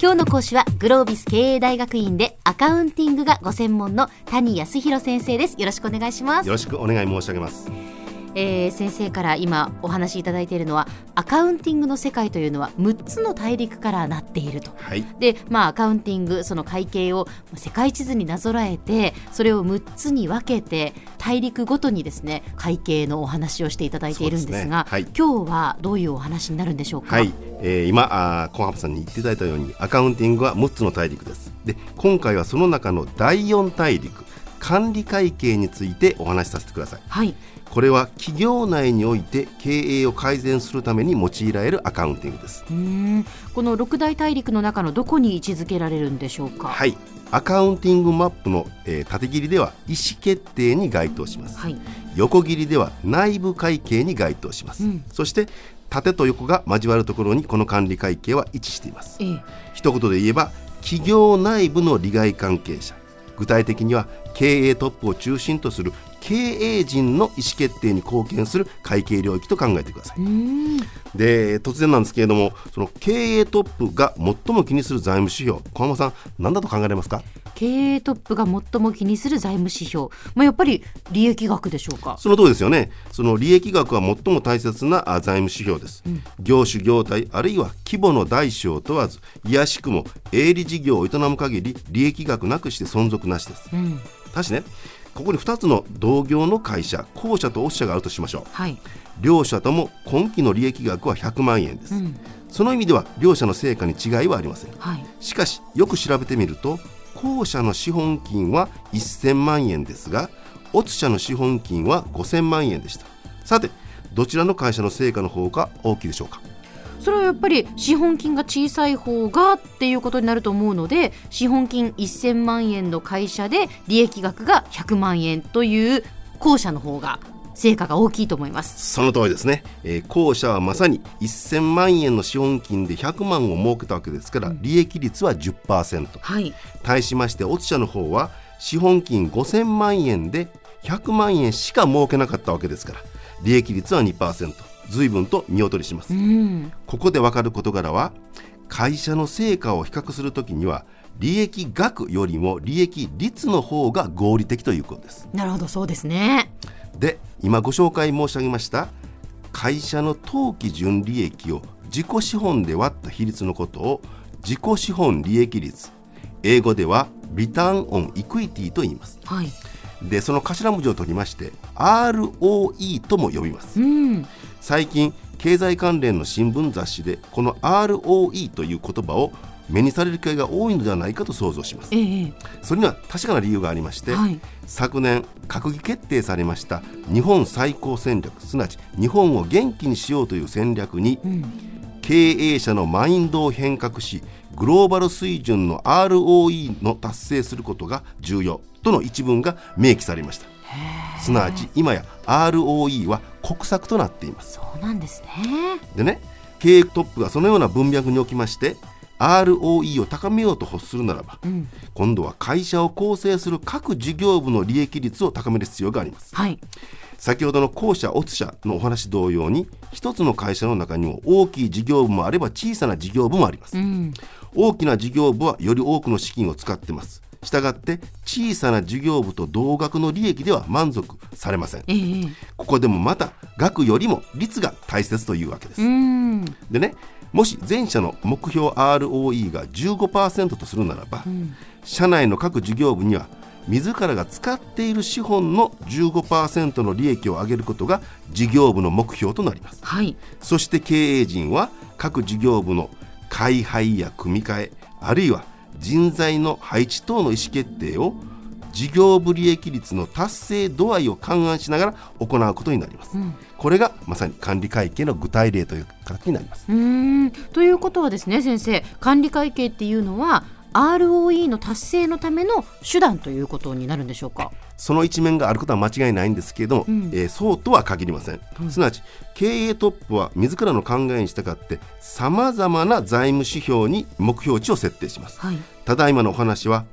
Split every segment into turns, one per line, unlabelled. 今日の講師はグロービス経営大学院でアカウンティングがご専門の谷康弘先生ですよろしくお願いします
よろしくお願い申し上げます
えー先生から今お話しいただいているのはアカウンティングの世界というのは6つの大陸からなっていると。
はい
でまあ、アカウンティングその会計を世界地図になぞらえてそれを6つに分けて大陸ごとにですね会計のお話をしていただいているんですが
そうですね
今日はどういうお話になるんでしょうか、
はい、えー、今あーコンハブさんに言っていただいたようにアカウンティングは6つの大陸ですで今回はその中の第4大陸管理会計についてお話しさせてください
はい
これは企業内において経営を改善するために用いられるアカウンティングです
うーんこの六大大陸の中のどこに位置づけられるんでしょうか。
はいアカウンティングマップの、えー縦切りでは意思決定に該当します、
はい
横切りでは内部会計に該当します、
うん
そして縦と横が交わるところにこの管理会計は位置しています
ええ
一言で言えば企業内部の利害関係者具体的には経営トップを中心とする経営陣の意思決定に貢献する会計領域と考えてくださいう
ーん
で突然なんですけれどもその経営トップが最も気にする財務指標小浜さん何だと考えられますか
経営トップが最も気にする財務指標、まあ、やっぱり利益額でしょうか。
その通りですよね。その利益額は最も大切なあ財務指標です。業種業態あるいは規模の大小問わず、いやしくも営利事業を営む限り利益額なくして存続なしです。
うん、
ただしね、ここに2つの同業の会社、後者と御社があるとしましょう。
はい、
両者とも今期の利益額は100万円です。
うん、
その意味では両者の成果に違いはありません。
はい、
しかしよく調べてみると後者の資本金は1000万円ですがオツ社の資本金は5000万円でしたさてどちらの会社の成果の方が大きいでしょうか
それはやっぱり資本金が小さい方がっていうことになると思うので、資本金1000万円の会社で利益額が100万円という後者の方が成果が大きいと思います。
その通りですね、えー後者はまさに1000万円の資本金で100万を儲けたわけですから利益率は10%
はい、
対しましてオツ社の方は資本金5000万円で100万円しか儲けなかったわけですから利益率は2%随分と見劣りします
うん、
ここで分かる事柄は会社の成果を比較するときには利益額よりも利益率の方が合理的ということです。
なるほど、そうですね。
で今ご紹介申し上げました会社の当期純利益を自己資本で割った比率のことを自己資本利益率英語ではリターンオンイクイティと言います。
はい、
でその頭文字を取りまして ROE とも呼びます。
うん、
最近経済関連の新聞雑誌でこの ROE という言葉を目にされる機会が多いのではないかと想像します
ええ、
それには確かな理由がありまして、
はい、
昨年閣議決定されました日本最高戦略すなわち日本を元気にしようという戦略に
うん。
経営者のマインドを変革しグローバル水準の ROE の達成することが重要との一文が明記されましたすなわち今や ROE は国策となっています
そうなんですね。
でね経営トップがそのような文脈におきまして ROE を高めようと欲するならば
うん、
今度は会社を構成する各事業部の利益率を高める必要があります
はい、
先ほどの後者オツ社のお話同様に一つの会社の中にも大きい事業部もあれば小さな事業部もあります
うん、
大きな事業部はより多くの資金を使ってますしたがって小さな事業部と同額の利益では満足されません
ええ、
ここでもまた額よりも率が大切というわけです
うん、
でねもし前者の目標 ROE が15%とするならば、社内の各事業部には自らが使っている資本の15%の利益を上げることが事業部の目標となります
はい、
そして経営陣は各事業部の開廃や組み替えあるいは人材の配置等の意思決定を事業部利益率の達成度合いを勘案しながら行うことになります、これがまさに管理会計の具体例という形になります
うーん。ということはですね、先生、管理会計っていうのは ROE の達成のための手段ということになるんでしょうか。
その一面があることは間違いないんですけれども、
うん
えーそうとは限りません、すなわち経営トップは自らの考えに従ってさまざまな財務指標に目標値を設定します
はい。
ただいまのお話は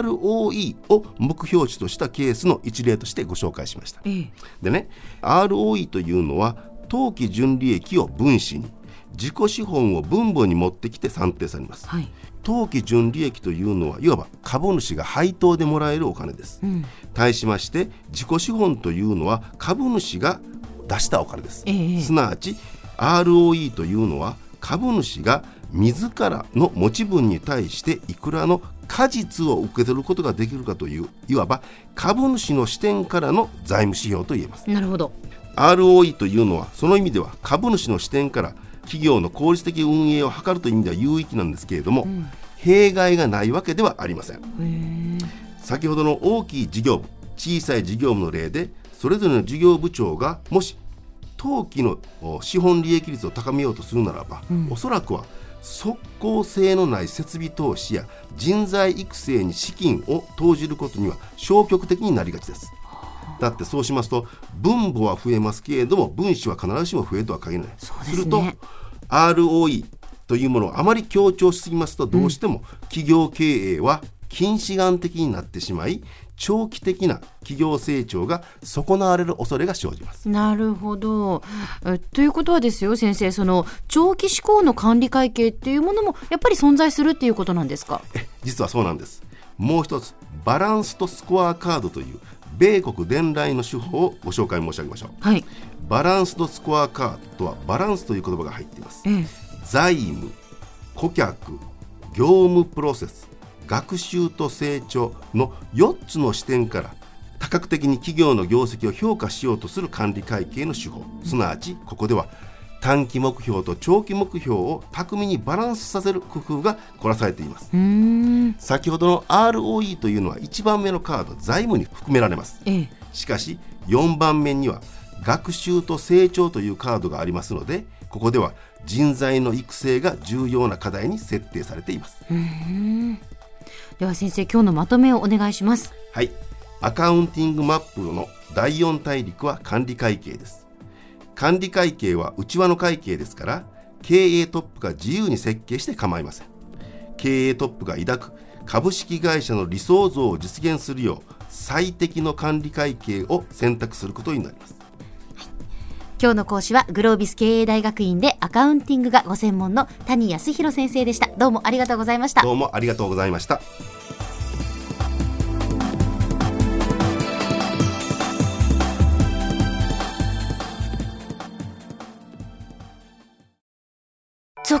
ROE を目標値としたケースの一例としてご紹介しました
ええ、
でね ROE というのは当期純利益を分子に自己資本を分母に持ってきて算定されます
はい、
当期純利益というのはいわば株主が配当でもらえるお金です
うん、
対しまして自己資本というのは株主が出したお金です、
ええ
すなわち ROE というのは株主が自らの持ち分に対していくらの果実を受け取ることができるかといういわば株主の視点からの財務指標といえます
なるほど
ROE というのはその意味では株主の視点から企業の効率的運営を図るという意味では有意義なんですけれども、弊害がないわけではありません
へえ
先ほどの大きい事業部小さい事業部の例でそれぞれの事業部長がもし当期のお資本利益率を高めようとするならば、おそらくは即効性のない設備投資や人材育成に資金を投じることには消極的になりがちですだってそうしますと分母は増えますけれども分子は必ずしも増えとは限らない
そうです
す
ね
ると ROE というものをあまり強調しすぎますとどうしても企業経営は近視眼的になってしまい長期的な企業成長が損なわれる恐れが生じます。
なるほどえということはですよ先生その長期志向の管理会計っていうものもやっぱり存在するっていうことなんですか
実はそうなんですもう一つバランスとスコアカードという米国伝来の手法をご紹介申し上げましょう
はい
バランスとスコアカードとはバランスという言葉が入っています
ええ
財務顧客業務プロセス学習と成長の4つの視点から多角的に企業の業績を評価しようとする管理会計の手法すなわちここでは短期目標と長期目標を巧みにバランスさせる工夫が凝らされています
うーん
先ほどの ROE というのは1番目のカード財務に含められます
ええ
しかし4番目には学習と成長というカードがありますのでここでは人材の育成が重要な課題に設定されています
では先生今日のまとめをお願いします
はいアカウンティングマップの第4大陸は管理会計です管理会計は内輪の会計ですから経営トップが自由に設計して構いません経営トップが抱く株式会社の理想像を実現するよう最適の管理会計を選択することになります
今日の講師はグロービス経営大学院でアカウンティングがご専門の谷康弘先生でしたどうもありがとうございました
どうもありがとうございました
ゾ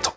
ト」